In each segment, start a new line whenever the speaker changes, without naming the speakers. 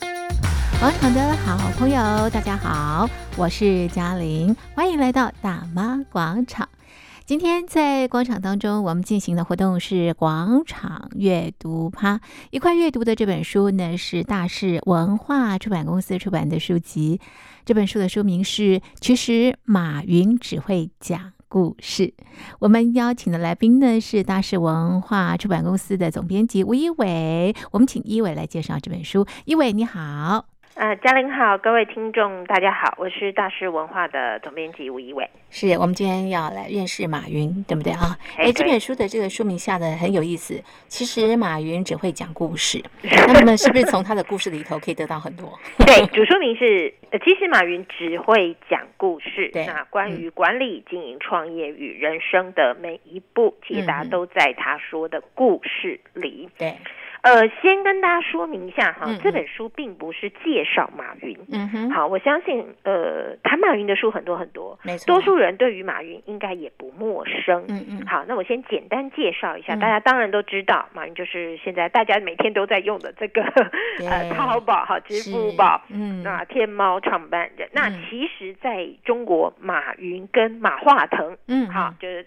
喂，好的，好朋友，大家好，我是嘉玲，欢迎来到大妈广场。今天在广场当中，我们进行的活动是广场阅读趴。一块阅读的这本书呢，是大是文化出版公司出版的书籍。这本书的书名是《其实马云只会讲故事》。我们邀请的来宾呢是大是文化出版公司的总编辑吴一伟。我们请一伟来介绍这本书。一伟，你好。
呃，嘉玲好，各位听众大家好，我是大师文化的总编辑吴一伟。
是我们今天要来认识马云，对不对啊？
哎
诶这
对
本书的这个书名下的很有意思。其实马云只会讲故 事，那么是不是从他的故事里头可以得到很多？
对，主书名是呃，其实马云只会讲故事。
对
那关于管理、经营、创业与人生的每一步，解答
嗯嗯
都在他说的故事里。
对，
呃，先跟大家说明一下哈，
嗯嗯
这本书并不是介绍马云。
嗯哼，
好，我相信呃，谈马云的书很多很多，
没错，啊
多数人对于马云应该也不陌生。
嗯嗯，
好，那我先简单介绍一下，
嗯
大家当然都知道，马云就是现在大家每天都在用的这个呃
对
淘宝、哈支
是
付宝、
嗯，
那天猫创办人。那
嗯
其实在中国，马云跟马化腾，
嗯
好，就是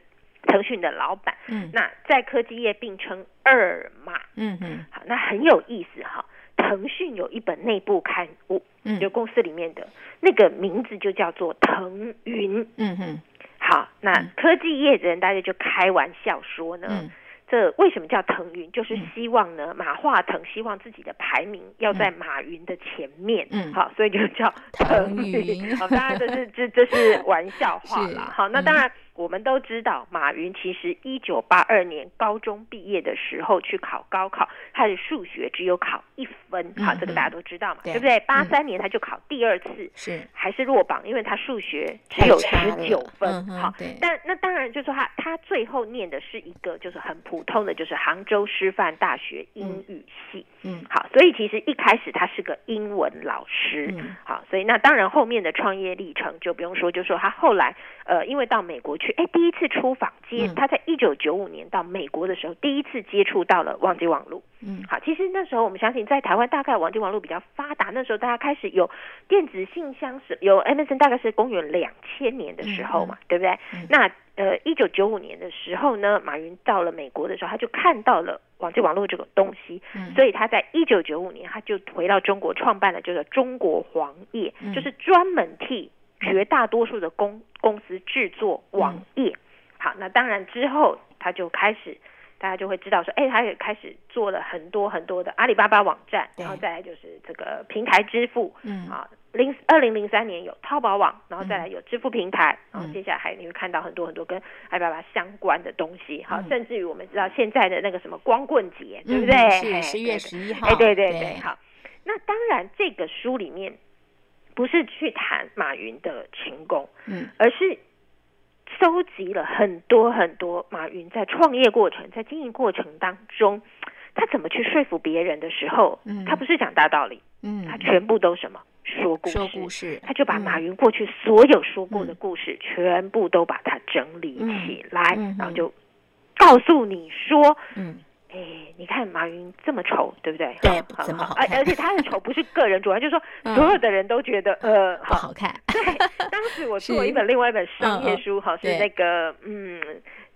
腾讯的老板，
嗯
那在科技业并称二马。
嗯嗯
好，那很有意思哈。腾讯有一本内部刊物，
嗯
就公司里面的那个名字就叫做腾云。
嗯嗯
好，那
嗯
科技业的人大家就开玩笑说呢，
嗯
这为什么叫腾云？就是
嗯
希望呢，马化腾希望自己的排名要在马云的前面，
嗯
好，所以就叫腾
腾云
好，当然这是这这是玩笑话啦。
是
好，那
嗯
当然我们都知道，马云其实一九八二年高中毕业的时候去考高考，他的数学只有考一分，好，这个
嗯
大家都知道嘛，
对嗯
对不对？八三年他就考第二次，
是
还是落榜，因为他数学只
太
有
差
十
了
九分。
嗯哼
好
对，
但那当然就是说他他最后念的是一个就是很普通的，就是杭州师范大学英语系。
嗯
好，所以其实一开始他是个英文老师。
嗯
好，所以那当然后面的创业历程就不用说，就说他后来呃，因为到美国去，哎，第一次出访接、
嗯
他在一九九五年到美国的时候，第一次接触到了网际网络。
嗯
好，其实那时候我们相信，在台湾大概网际网络比较发达，那时候大家开始有电子信箱是有 MSN，大概是公元两千年的时候嘛，对不对？
嗯
那呃，一九九五年的时候呢，马云到了美国的时候，他就看到了网际网络这个东西，
嗯，
所以他在一九九五年他就回到中国创办了这个中国黄页，
嗯
就是专门替绝大多数的公公司制作网页。
嗯
好，那当然之后他就开始。大家就会知道说，哎、他也开始做了很多很多的阿里巴巴网站，
对
然后再来就是这个平台支付，
嗯
啊，零二零零三年有淘宝网，然后再来有支付平台，然后
嗯
接下来还你会看到很多很多跟阿里巴巴相关的东西，好，
嗯
甚至于我们知道现在的那个什么光棍节，对不
嗯
对？
是
嘿
十月
对
十一号，
哎，对对对，，好。那当然，这个书里面不是去谈马云的成功，
嗯
而是收集了很多很多马云在创业过程、在经营过程当中，他怎么去说服别人的时候，
嗯
他不是讲大道理，
嗯，
他全部都什么说故
说
事
故。事，嗯
他就把马
云，
云过去所有说过的故事，全部都把它整理
嗯
起来，
嗯
然后
嗯
就告诉你说，
嗯
哎，你看马云这么丑，对不对？
对
好
怎么好
而
看
而且他的丑不是个人主要， 就是说
嗯
所有的人都觉得呃，
不好看，
对。当时我做
是
一本另外一本商业
嗯嗯
书，哈，是
对
那个嗯，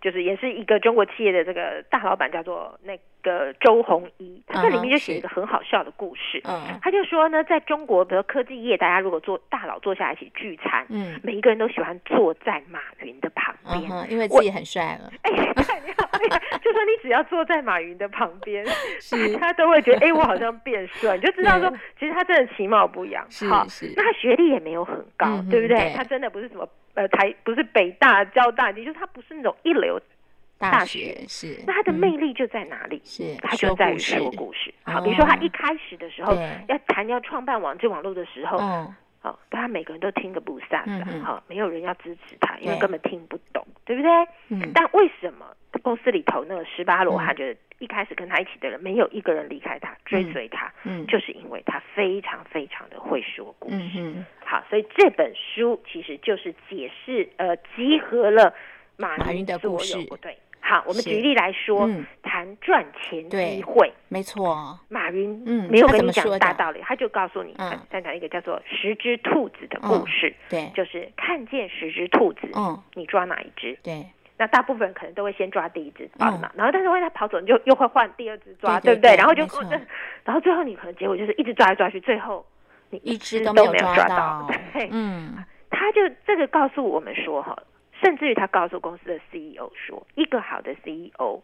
就是也是一个中国企业的这个大老板，叫做那个周鸿祎，他在里
嗯哼
面就写
是
一个很好笑的故事。
嗯
他就说呢，在中国，比如科技业，大家如果坐大佬坐下来一起聚餐，
嗯
每一个人都喜欢坐在马云的旁
嗯
边。
哼，因为
我
自己很帅 了，
哎，对你好厉害！就说你只要坐在马云的旁边，
是
他都会觉得，哎，我好像变帅，你就知道说
对，
其实他真的其貌不扬。
是
好，
是
那他学历也没有很高，
嗯哼
对不对？
对
他真的不是什么呃，台不是北大、交大，也就是他不是那种一流。
大
大
学是，
那他的
嗯
魅力就在哪里？
是
他就在于说故事。好，比如说他一开始的时候
哦对
要谈要创办网际网络的时候，
嗯，
哦，大家每个人都听个不散的，哈、
嗯嗯
没有人要支持他，因为
对
根本听不懂，对不对？
嗯
但为什么公司里头那个十八罗汉，就是一开始跟他一起的人，没有一个人离开他，追随他，
嗯
就是因为他非常非常的会说故
嗯
事。
嗯，
好，所以这本书其实就是解释，呃，集合了马
马云的
所
故
有
事
不对。好，我们
是
举例来 说，
嗯
谈赚钱
对
机会，
没错，
马云
嗯
没有
他
跟
怎
你
么
讲
说
大
的
道理，他就告诉你，
嗯
他擅长一个叫做“十只兔子”的
嗯
故事，
对，
就是看见十只兔子，
嗯，
你抓哪一只？
对，
那大部分人可能都会先抓第一只抓
嗯
嘛，然后但是万一它跑走，你就又会换第二只抓，
对对
不对？
对
然后就
没错
哦这然后最后你可能结果就是一直抓来抓去，最后你
一只
只
都
没
没有抓
抓
到，
对，
嗯，
他就这个告诉我们说哈，甚至于他告诉公司的 CEO 说，一个好的 CEO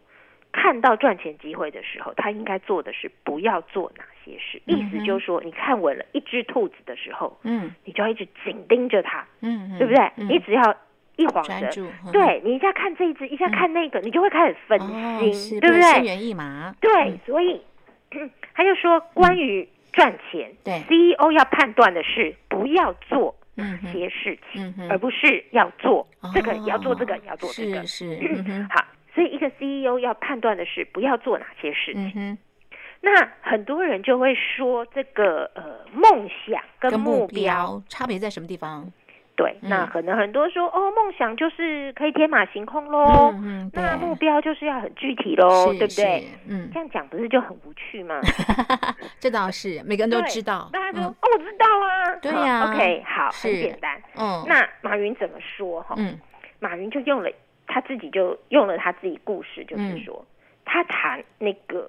看到赚钱机会的时候，他应该做的是不要做哪些事。意
嗯哼
思就是说，你看稳了一只兔子的时候，
嗯
你就要一直紧盯着它，
嗯，
对不对？
嗯
你只要一晃
专
神，
注，嗯，
对你一下看这一只，一下看那个，你就会开始分
哦，
心，
是
对不
能心
对？
猿意马，
对
嗯，
所以他就说，关于赚钱、
对，
CEO 要判断的是不要做
嗯
哪
哼，
些事情。
嗯哼，
而不是要做
哦
这个也要做这个也要做这个
是。是，嗯哼，
好，所以一个 CEO 要判断的是不要做哪些事情。
嗯哼，
那很多人就会说这个呃梦想跟
跟
目
目
标，
标差别在什么地方？
对，
嗯
那可能很多说哦梦想就是可以天马行空喽，
嗯嗯，对，
哦那目标就是要很具体喽，
是
对不对？？
是嗯
这，样讲不是就很无趣 吗？
这倒是，每个人都
对
知道，
大家说、
嗯
哦我知道啊，
对
好
呀
，OK，好，很
是
简单。
嗯，
那马云怎么说哈？
嗯
马云就用了他自己就用了他自己故事，就是说、
嗯
他谈那个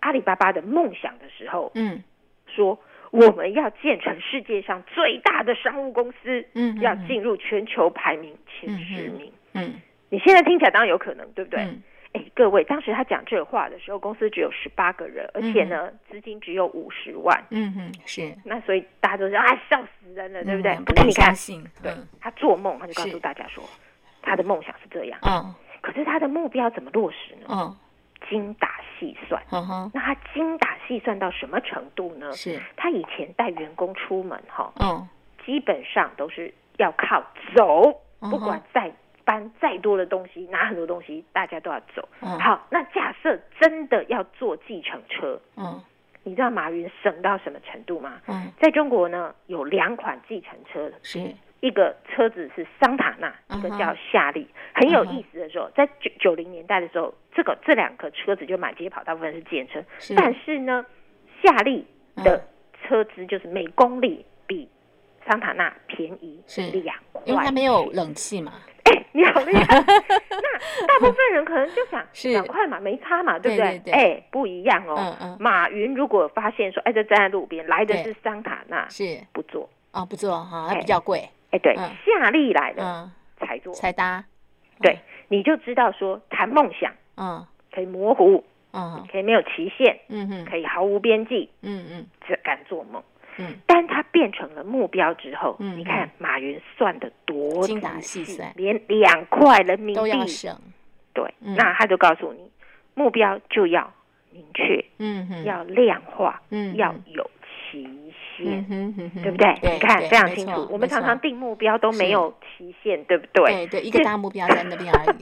阿里巴巴的梦想的时候，
嗯
说我们要建成世界上最大的商务公司，
嗯，
要
嗯
进入全球排名前十名。
嗯，
你现在听起来当然有可能，对不对？
嗯
哎，各位，当时他讲这话的时候，公司只有十八个人，而且呢，资金只有五十万，
嗯哼，是，
那所以大家都说啊，笑死人了，对不对？
嗯
可是
不敢
你看
相，信，
对
嗯
他做梦，他就告
是
诉大家说，他的梦想是这样。
嗯
可是他的目标怎么落实呢？
嗯，
精打细算。
呵呵，
那他精打细算到什么程度呢？
是，
他以前带员工出门哈，
嗯
基本上都是要靠走，
嗯哼
不管再搬再多的东西，拿很多东西，大家都要走。
嗯
好，那假设真的要坐计程车，
嗯
你知道马云省到什么程度吗？
嗯，
在中国呢，有两款计程车，
是，
一个车子是桑塔纳，
嗯
一
哼
个叫夏利。很有
嗯哼
意思的时候，在九九零年代的时候，这个这两个车子就满街跑，大部分是计程车。
是
但是呢，夏利
嗯
的车资就是每公里比桑塔纳便宜
是
两
因为
块
它。没有冷气嘛，
哎， 你好 厉害！那大部分人可能就想
是
两块嘛，没差嘛，对不
对对对
哎，不一样
嗯
哦。
嗯，
马云如果发现说，哎，这站在路边来的
对
是桑塔纳，
是
不做。
啊，不做哈，它比
哎
较贵，
哎，对
嗯，
夏利来了
嗯，
才做。
才搭，
对，你就知道说谈梦想
嗯
可以模糊，
嗯
可以没有期限，
嗯哼，
可以毫无边际，
嗯嗯
只敢做梦。
嗯，
但它变成了目标之后，
嗯
你看马云算的多
精打
仔
细算
连两块人民
都要
币，
省，
对，
嗯
那他就告诉你，目标就要明确，
嗯哼，
要量化，
嗯
要
哼
有期
嗯
限。
哼嗯哼，
对不对？
对，
你看
对
非常
没
清
错
楚，我
没
们常
错
常定目标都没
是
有期限，对不对？
对对一个大目标在那边而已，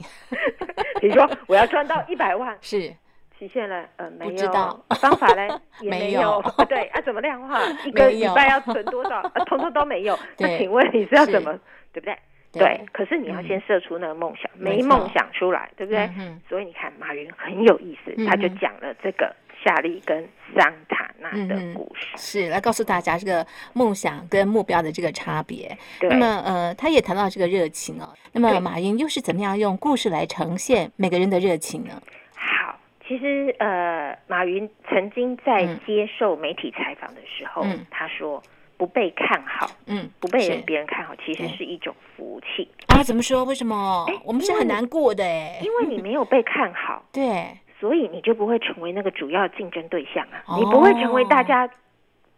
比如说我要赚到一百万，
是
期限了，呃，没有。
知道
方法 呢也
没
没
有
对啊，怎么量化？一个
没
礼
有
拜要存多少？呃，通通都没有。
对
那请问你是要
是嗯
怎么，对不对？对，，可是你要先设出那个梦想，
没
没
错
梦想出来， 对不对
嗯？哼
所以你看马云很有意思，
嗯
他就
哼
讲了这个夏利跟桑塔纳的
嗯哼
故事。
是来告诉大家这个梦想跟目标的这个差别。
对
那，么呃，他也谈到这个热情哦。那么
对
马云又是怎么样用故事来呈现每个人的热情呢？
好，其实呃，马云曾经在
嗯
接受媒体采访的时候
嗯，
他说不被看好，
嗯，
不被人
是
别人看好，其实
对
是一种福气。
啊，怎么说？为什么
哎？
我们是
因为
很
你
难过的哎。
因为你没有被看好，
对，
所以你就不会成为那个主要竞争对象啊，
哦
你不会成为大家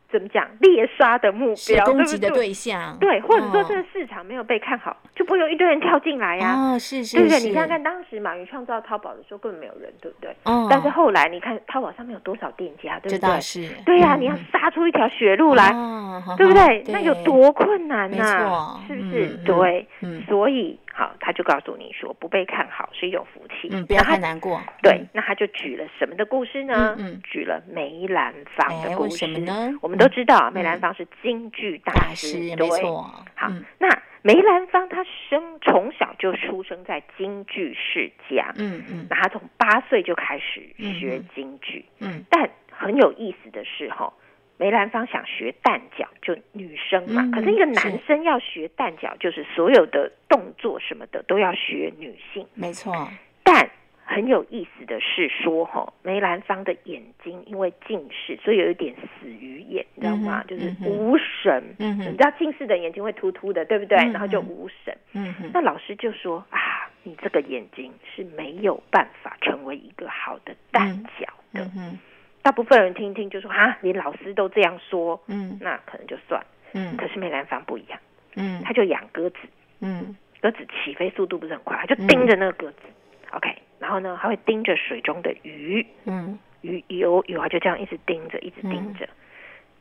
怎么讲猎杀的目
是
标，
攻击
对
的
不对？
对象。
对，或者说
哦
这个市场没有被看好，就不会有一堆人跳进来呀、
哦，是是
对不对？
是
你想想看，当时马云创造淘宝的时候根本没有人，对不对？
哦，
但是后来你看淘宝上面有多少店家，对
这
不
倒
对？
是
对呀、
嗯
你要
嗯
杀出一条血路来，
哦哈
对不
哈
对？那有多困难
没
呐、
错
是不是？
嗯嗯
对，
嗯
所以好，他就告诉你说，不被看好是一种福气。
嗯，不要
那他
太难过。
对，那他就举了什么的故事呢？
嗯嗯
举了梅兰芳
哎
的故
为
事。
什么呢
我们都知道、梅
嗯
兰芳是京剧
大
大
师
师，
没
对。
错，
好，
嗯
那梅兰芳她生从小就出生在京剧世家，
嗯嗯
那她从八岁就开始学
嗯嗯
京剧，
嗯
但很有意思的是哈、梅兰芳想学旦角，就女生嘛，
嗯
可是一个
是
男生要学旦角，就是所有的动作什么的都要学女性。
没错，
但很有意思的是说，哈，梅兰芳的眼睛因为近视，所以有一点死鱼眼，你知道吗？
嗯哼
就是
嗯哼
无神。
嗯
你知
哼，
道近视的眼睛会突突的，对不对？
嗯
然后就无神。
嗯哼，
那老师就说啊，你这个眼睛是没有办法成为一个好的旦角的。
嗯哼，
大部分人听一听就说啊，你老师都这样说，
嗯
那可能就算。
嗯
可是梅兰芳不一样，
嗯
他就养鸽子，
嗯
鸽子起飞速度不是很快，他就
嗯
盯着那个鸽子、o k 然后呢，他会盯着水中的鱼，
嗯
鱼游游啊，就这样一直盯着，一直盯着。
嗯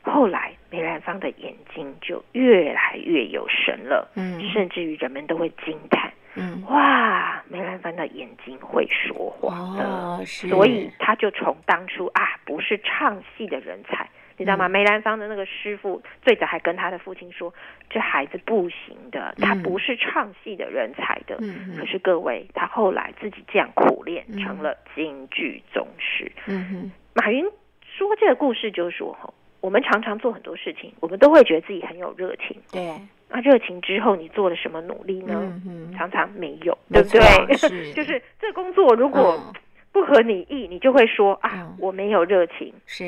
后来梅兰芳的眼睛就越来越有神了，
嗯
甚至于人们都会惊叹：
嗯，
哇，梅兰芳的眼睛会说话了。
哦，是，
所以他就从当初啊，不是唱戏的人才，你知道
嗯
吗？梅兰芳的那个师傅最早还跟他的父亲说：“这孩子不行的，他
嗯
不是唱戏的人才的。
嗯
可
嗯
是各位，他后来自己这样苦练，
嗯
成了京剧宗师。
嗯哼，
马云说这个故事就是说，吼，我们常常做很多事情，我们都会觉得自己很有热情。
对，
那热情之后，你做了什么努力呢？
嗯哼，
常常没有，对
没
不对？
错是
就是这工作如果
嗯
不合你意，你就会说啊
嗯，
我没有热情。
是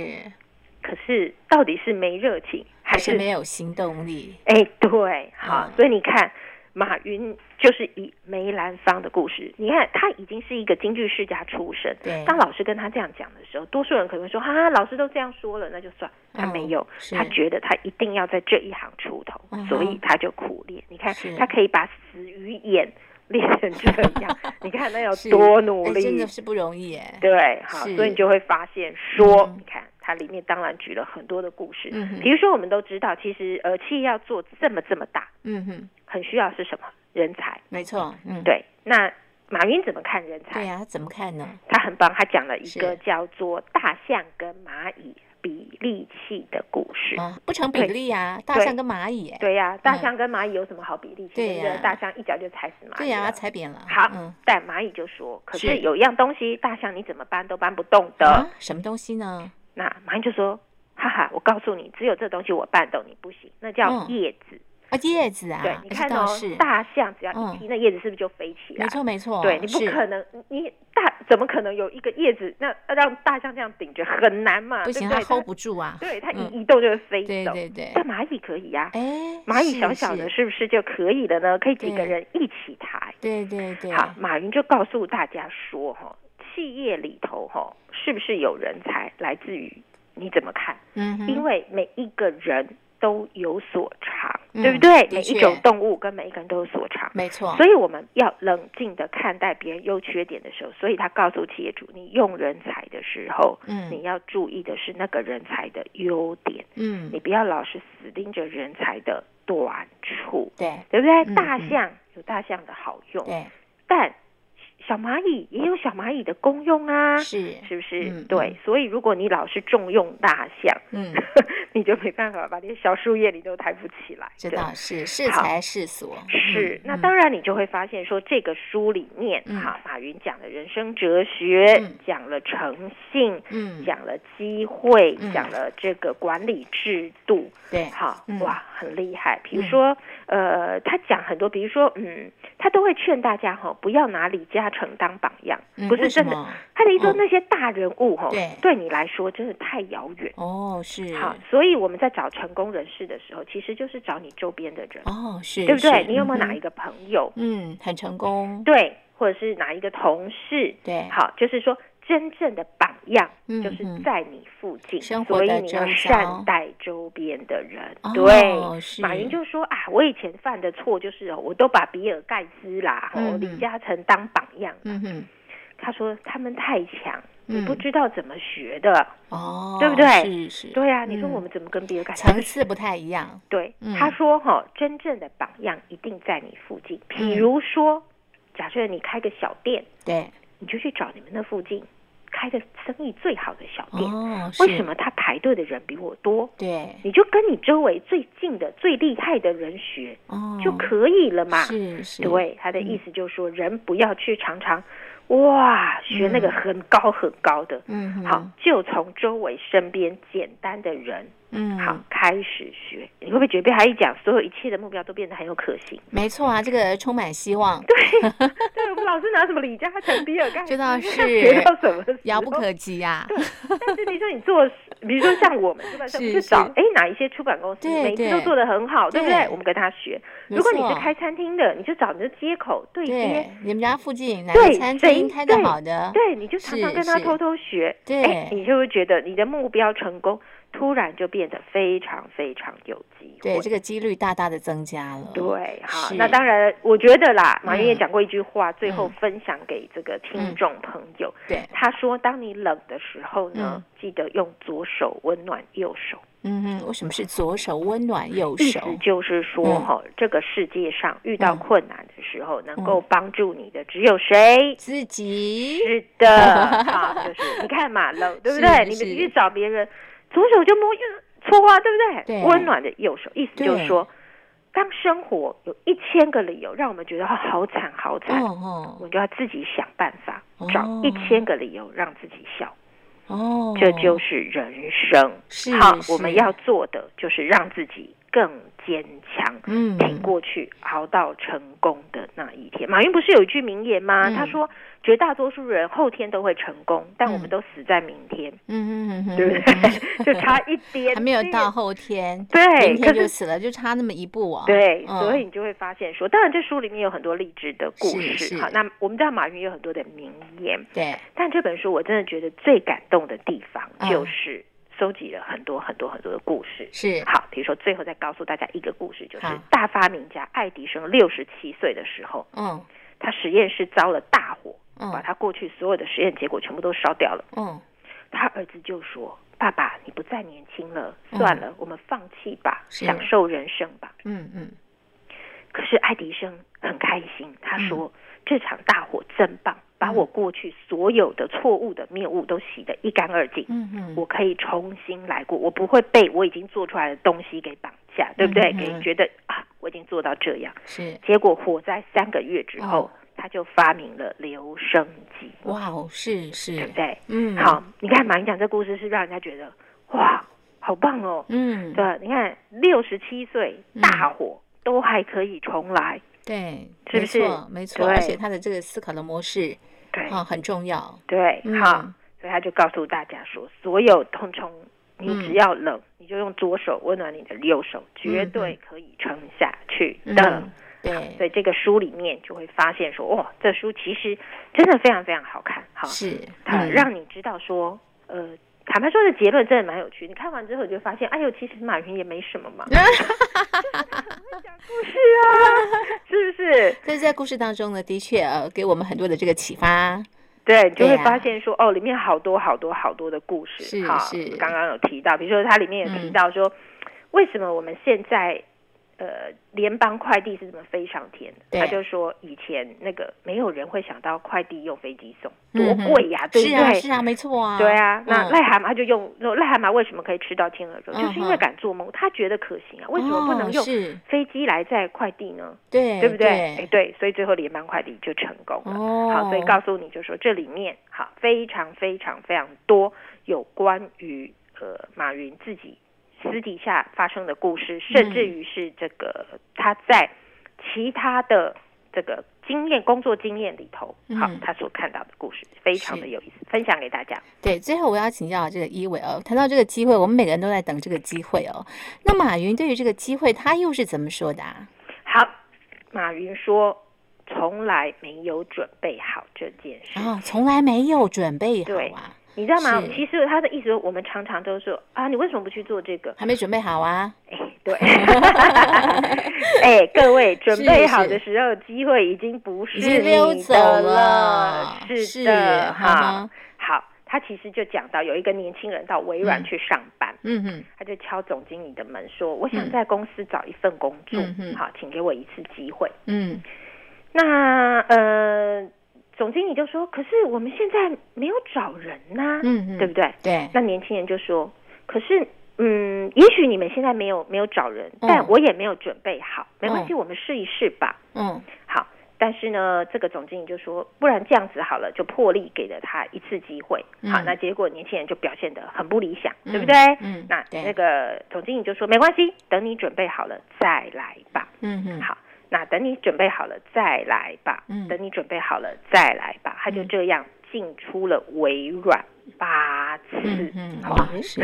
可是到底是没热情，还
还
是
是没有行动力，
哎，对，好
嗯，
所以你看，马云就是以梅兰芳的故事，你看他已经是一个京剧世家出身
对。
当老师跟他这样讲的时候，多数人可能会说：“哈、啊，老师都这样说了，那就算。”他没有，
哦是
他觉得他一定要在这一行出头，
嗯哼
所以他就苦练。你看
是，
他可以把死鱼眼练成这 样，你看那有
是
多努
哎
力，
真的是不容易耶。
对，好，
是
所以你就会发现说，
嗯
你看它里面当然举了很多的故事，
嗯哼
比如说我们都知道，其实呃，企业要做这么这么大，
嗯哼，
很需要是什么人才？
没错，嗯，
对，那马云怎么看人才？
对呀，怎么看呢？
他很棒，他讲了一个
是
叫做大象跟蚂蚁比力气的故事。
啊，不成比
对
例啊，大
对
象跟蚂蚁耶，
对呀、大
嗯
象跟蚂蚁有什么好比力气？
对
不对
呀
大象一脚就踩死蚂蚁了。
对呀，踩扁了。
好，
嗯，
但蚂蚁就说：“可
是
是有一样东西，大象你怎么搬都搬不动的。
啊，什么东西呢？
那马云就说：“哈哈，我告诉你，只有这东西我办懂，你不行，那叫
嗯
叶子。
啊，叶子啊，
对，你看
这
哦
倒是，，
大象只要
嗯
一踢，那叶子是不是就飞起来？
没错没错，
对你不
是
可能，你大怎么可能有一个叶子那让大象这样顶着很难嘛？
不行，
对
它
不对
hold 不住啊。
对它
嗯
一移动就会飞
对
走。
对对，
但蚂蚁可以呀、
哎，
蚂蚁
是
小小的，
是
是不是就可以了呢？可以几
对
个人一起抬。
对对对，
好，马云就告诉大家说，哈，企业里头哈，是不是有人才来自于你怎么看？
嗯哼，
因为每一个人都有所长，
嗯
对不对？
的
每一
确嗯
种动物跟每一个人都有所长，
没错，
所以我们要冷静的看待别人优缺点的时候。所以他告诉企业主，你用人才的时候，
嗯
你要注意的是那个人才的优点，
嗯
你，不要老是死盯着人才的短处，
对
对不对？
嗯
大
嗯
象有大象的好用，
对
但小蚂蚁也有小蚂蚁的功用啊。
是，
是不是？
嗯
对，所以如果你老是重用大象，
嗯，
你就没办法把连小树叶你都抬不起来。
这
对
倒是是
好
才是所，
是
嗯，
那
嗯
当然你就会发现说，这个书里面
嗯
哈，马云讲了人生哲学
嗯，
讲了诚信，
嗯，
讲了机会
嗯，
讲了这个管理制度，
对，
哈
嗯，
哇，很厉害。比如
嗯
说，呃，他讲很多，比如说，嗯，他都会劝大家哈，不要拿李嘉诚当榜样
嗯，
不
为
是
什
真的。
么
他的意思说
嗯
那些大人物哈
对，
对你来说真的太遥远。
哦，是，
好，所以我们在找成功人士的时候，其实就是找你周边的人，
哦，是，
对不对？
是
你有没有哪
嗯
一个朋友？
嗯，很成功，
对，或者是哪一个同事？
对
好，就是说真正的榜样
嗯
就是
嗯
在你附近，
生活
所以
的
你
周
要
遭
善待周边的人。
哦是
对，马云就说啊，我以前犯的错就是哦，我都把比尔盖茨啦、哦
嗯嗯
李嘉诚当榜样。
嗯哼，
他说他们太强，
嗯
你不知道怎么学的。
哦，
对不对
是是，
对啊，你说
嗯
我们怎么跟比尔盖茨
层次不太一样，
对，
嗯
他说哈、真正的榜样一定在你附近。
嗯
比如说，假设你开个小店，
对，
你就去找你们那附近开的生意最好的小店，
哦，
为
是嗯
什？么他排队的人比我多？
对，
你就跟你周围最近的、最厉害的人学
哦，
就可以了嘛。
是是，
对，他的意思就是说，人不要去常常哇学那个很高很高的，
嗯哼，
好，就从周围身边简单的人
嗯，
好开始学。你会不会觉得被他一讲，所有一切的目标都变得很有可行？
没错啊，这个充满希望，
对，我们老是拿什么李嘉诚、比尔盖茨，
这 倒是
学到什么时候
遥不。可及呀、
但是比如说你做，比如说像我们出版社不
是
是找
是
哎哪一些出版公司
对
每一次
对
都做得很好，对不对
对？
我们跟他学。
没
如果你是
错
开餐厅的，你就找你的街口对接
对，，你们家附近哪个
对
餐
谁
厅开的
对
好的？
对，你就常常
是
跟他
是
偷偷学，
对
哎你就会觉得你的目标成功，突然就变得非常非常有机会。
对，这个几率大大的增加了。
对，好，
是
那当然，我觉得啦，马云也
嗯
讲过一句话，最后
嗯
分享给这个听
嗯
众朋友。
对，
他说，当你冷的时候呢，记得用左手温暖右手。
嗯哼，为什么是左手温暖右
意
手
思？就是说，
嗯
哈、这个世界上遇到
嗯
困难的时候，能
嗯
够帮助你的只有谁？
自己
是的， 啊，就是你看马楼，对不对？你
是
你去找别人，左手就摸右搓啊，对不对？
对
温暖的右手，意思就是
对
说，当生活有一千个理由让我们觉得啊好惨好惨，我
哦
们就要自己想办法
哦，
找一千个理由让自己笑，
哦哦，
这就是人生。
是
好，
是
我们要做的就是让自己更坚强。
嗯
挺过去，熬到成功的那一天。马云不是有一句名言吗？
嗯
他说：“绝大多数人后天都会成功，但我们
嗯
都死在明天，
嗯嗯 嗯，
对不对？就差一点，
还没有
所以
到。后天，
对，
明天
可
就是死了，就差那么一步哦。
对，
嗯
所以你就会发现说，当然这书里面有很多励志的故
是
事。
是
好，那我们知道马云有很多的名言，
对，
但这本书我真的觉得最感动的地方
嗯
就是收集了很多很多很多的故事。
是
好，比如说最后再告诉大家一个故事，就是
好
大发明家爱迪生六十七岁的时候，
嗯
他实验室遭了大火，把
嗯
他过去所有的实验结果全部都烧掉了。
嗯，
他儿子就说：“爸爸，你不再年轻了，
嗯
算了，我们放弃吧，
是
享受人生吧。
嗯嗯，”
可是爱迪生很开心，他
嗯
说：“这场大火真棒，把我过去所有的错误的谬误都洗得一干二净。
嗯嗯，
我可以重新来过，我不会被我已经做出来的东西给绑架，对不对？
嗯嗯
给
嗯
觉得啊，我已经做到这样。
是
结果火灾三个月之后，
哦
他就发明了留声机，
哇哦，是
对
是
不，对？
嗯，
好，你看马云讲这故事是让人家觉得哇，好棒哦。
嗯，
对，你看六十七岁
嗯
大火、都还可以重来，
对，
是
没
不是
错没错，而
对
且他的这个思考的模式
对、
啊很重要。
对，
嗯
好，所以他就告诉大家说，所有通通你
嗯
只要冷，你就用左手温暖你的右手，绝
嗯
对可以撑下去的。
嗯，对，
所以这个书里面就会发现说，哇、这书其实真的非常非常好看，好，
是，
它
嗯
让你知道说，呃，坦白说的结论真的蛮有趣。你看完之后你就发现，哎呦，其实马云也没什么嘛， 就是很会讲故事 啊，是不是？
但是在故事当中呢，的确呃给我们很多的这个启发。
对，你就
对
会
呀
发现说，哦，里面好多好多好多的故事。
是
哈
是
刚刚有提到，比如说它里面有提
嗯
到说，为什么我们现在呃联邦快递是怎么飞上天的？
对
他就说以前那个没有人会想到快递用飞机送，多
嗯哼
贵呀、对不
是啊，
对？
是啊，没错啊。
对啊，那
嗯
癞蛤蟆就用说癞蛤蟆为什么可以吃到天鹅肉，
嗯
就是因为
哼
敢做梦，他觉得可行啊，为什么不能
哦
用
是，
飞机来载快递呢？
对，
对不对？哎，对，所以最后联邦快递就成功了。
哦，
好，所以告诉你就说这里面好非常非常非常多有关于呃马云自己私底下发生的故事，甚至于是这个他在其他的这个经验工作经验里头，好
嗯
他所看到的故事非常的
是
有意思，分享给大家。
对，最后我要请教这个一伟哦，谈到这个机会，我们每个人都在等这个机会哦。那马云对于这个机会，他又是怎么说的啊？
好，马云说从来没有准备好这件事。
啊、从来没有准备好
对
啊，
你知道吗？
是
其实他的意思，我们常常都说啊，你为什么不去做这 个？
还没准备好啊。
哎，对， 哎，各位，准备好的时候，机会已经不是
已经溜
你
走
的
了
是
是
的，
哈
哈。好，他其实就讲到有一个年轻人到微软
嗯
去上班，
嗯哼，
他就敲总经理的门说：“我想在公司找一份工作，
嗯嗯嗯哼
好，请给我一次机会。
嗯，
那呃，总经理就说：“可是我们现在没有找人呐、
嗯嗯
对不对
对？”，
那年轻人就说：“可是，嗯，也许你们现在没有没有找人，
嗯
但我也没有准备好，没关系，我们试一试吧。
嗯
好，但是呢，这个总经理就说：“不然这样子好了，就破例给了他一次机会。
嗯
好，那结果年轻人就表现得很不理想，
嗯
对不对？
嗯
那
对
那个总经理就说：“没关系，等你准备好了再来吧。”
嗯嗯，
好，那等你准备好了再来吧。
嗯
等你准备好了再来吧。他就
嗯
这样进出了微软八次，
嗯嗯，
好啊
哇是，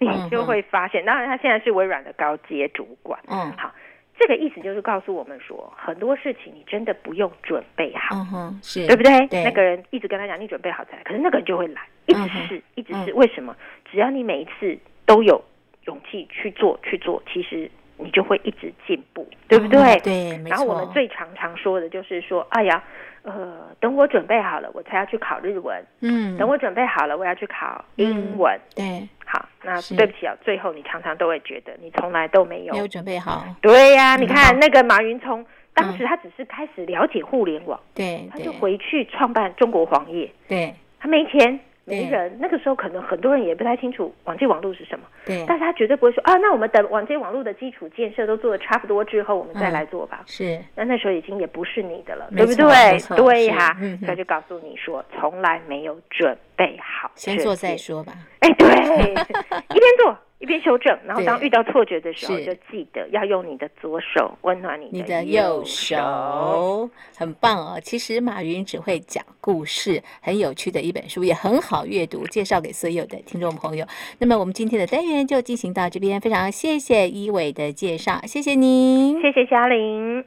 你就
嗯
会发现，当然他现在是微软的高阶主管。
嗯
好，这个意思就是告诉我们说，很多事情你真的不用准备好。
嗯哼是，
对不对？
对
那个人一直跟他讲，你准备好再来，可是那个人就会懒，一直
嗯哼
试，一直试。为什么？只要你每一次都有勇气去做，去做，其实你就会一直进步，对不对？
嗯对，没
然后我们
错
最常常说的就是说，哎呀，呃，等我准备好了，我才要去考日文；
嗯，
等我准备好了，我要去考英文。
对
好，那
是
对不起啊，最后你常常都会觉得你从来都没有。
没有准备好，
对呀、
嗯
你
好嗯
看那个马云从当时他只是开始了解互联网，
对
他就
对
回去创办中国黄页，
对
他没钱。
对
没人，那个时候可能很多人也不太清楚网际网络是什么，
对
但是他绝对不会说啊，那我们等网际网络的基础建设都做的差不多之后，我们再
嗯
来做吧。
是，
那那时候已经也不是你的了，
没
对不
错没错
对？对呀、
是嗯哼
他就告诉你说，从来没有准备好，
先做再。说吧，
哎， 对，一边做一边修正，然后当
对
遇到挫折的时候，
是
就记得要用你的左手温暖你
你
的
的
右
右。手很棒哦。其实马云只会讲故事，很有趣的一本书，也很好阅读，介绍给所有的听众朋友。那么我们今天的单元就进行到这边，非常谢谢一伟的介绍，谢谢您，
谢谢嘉玲。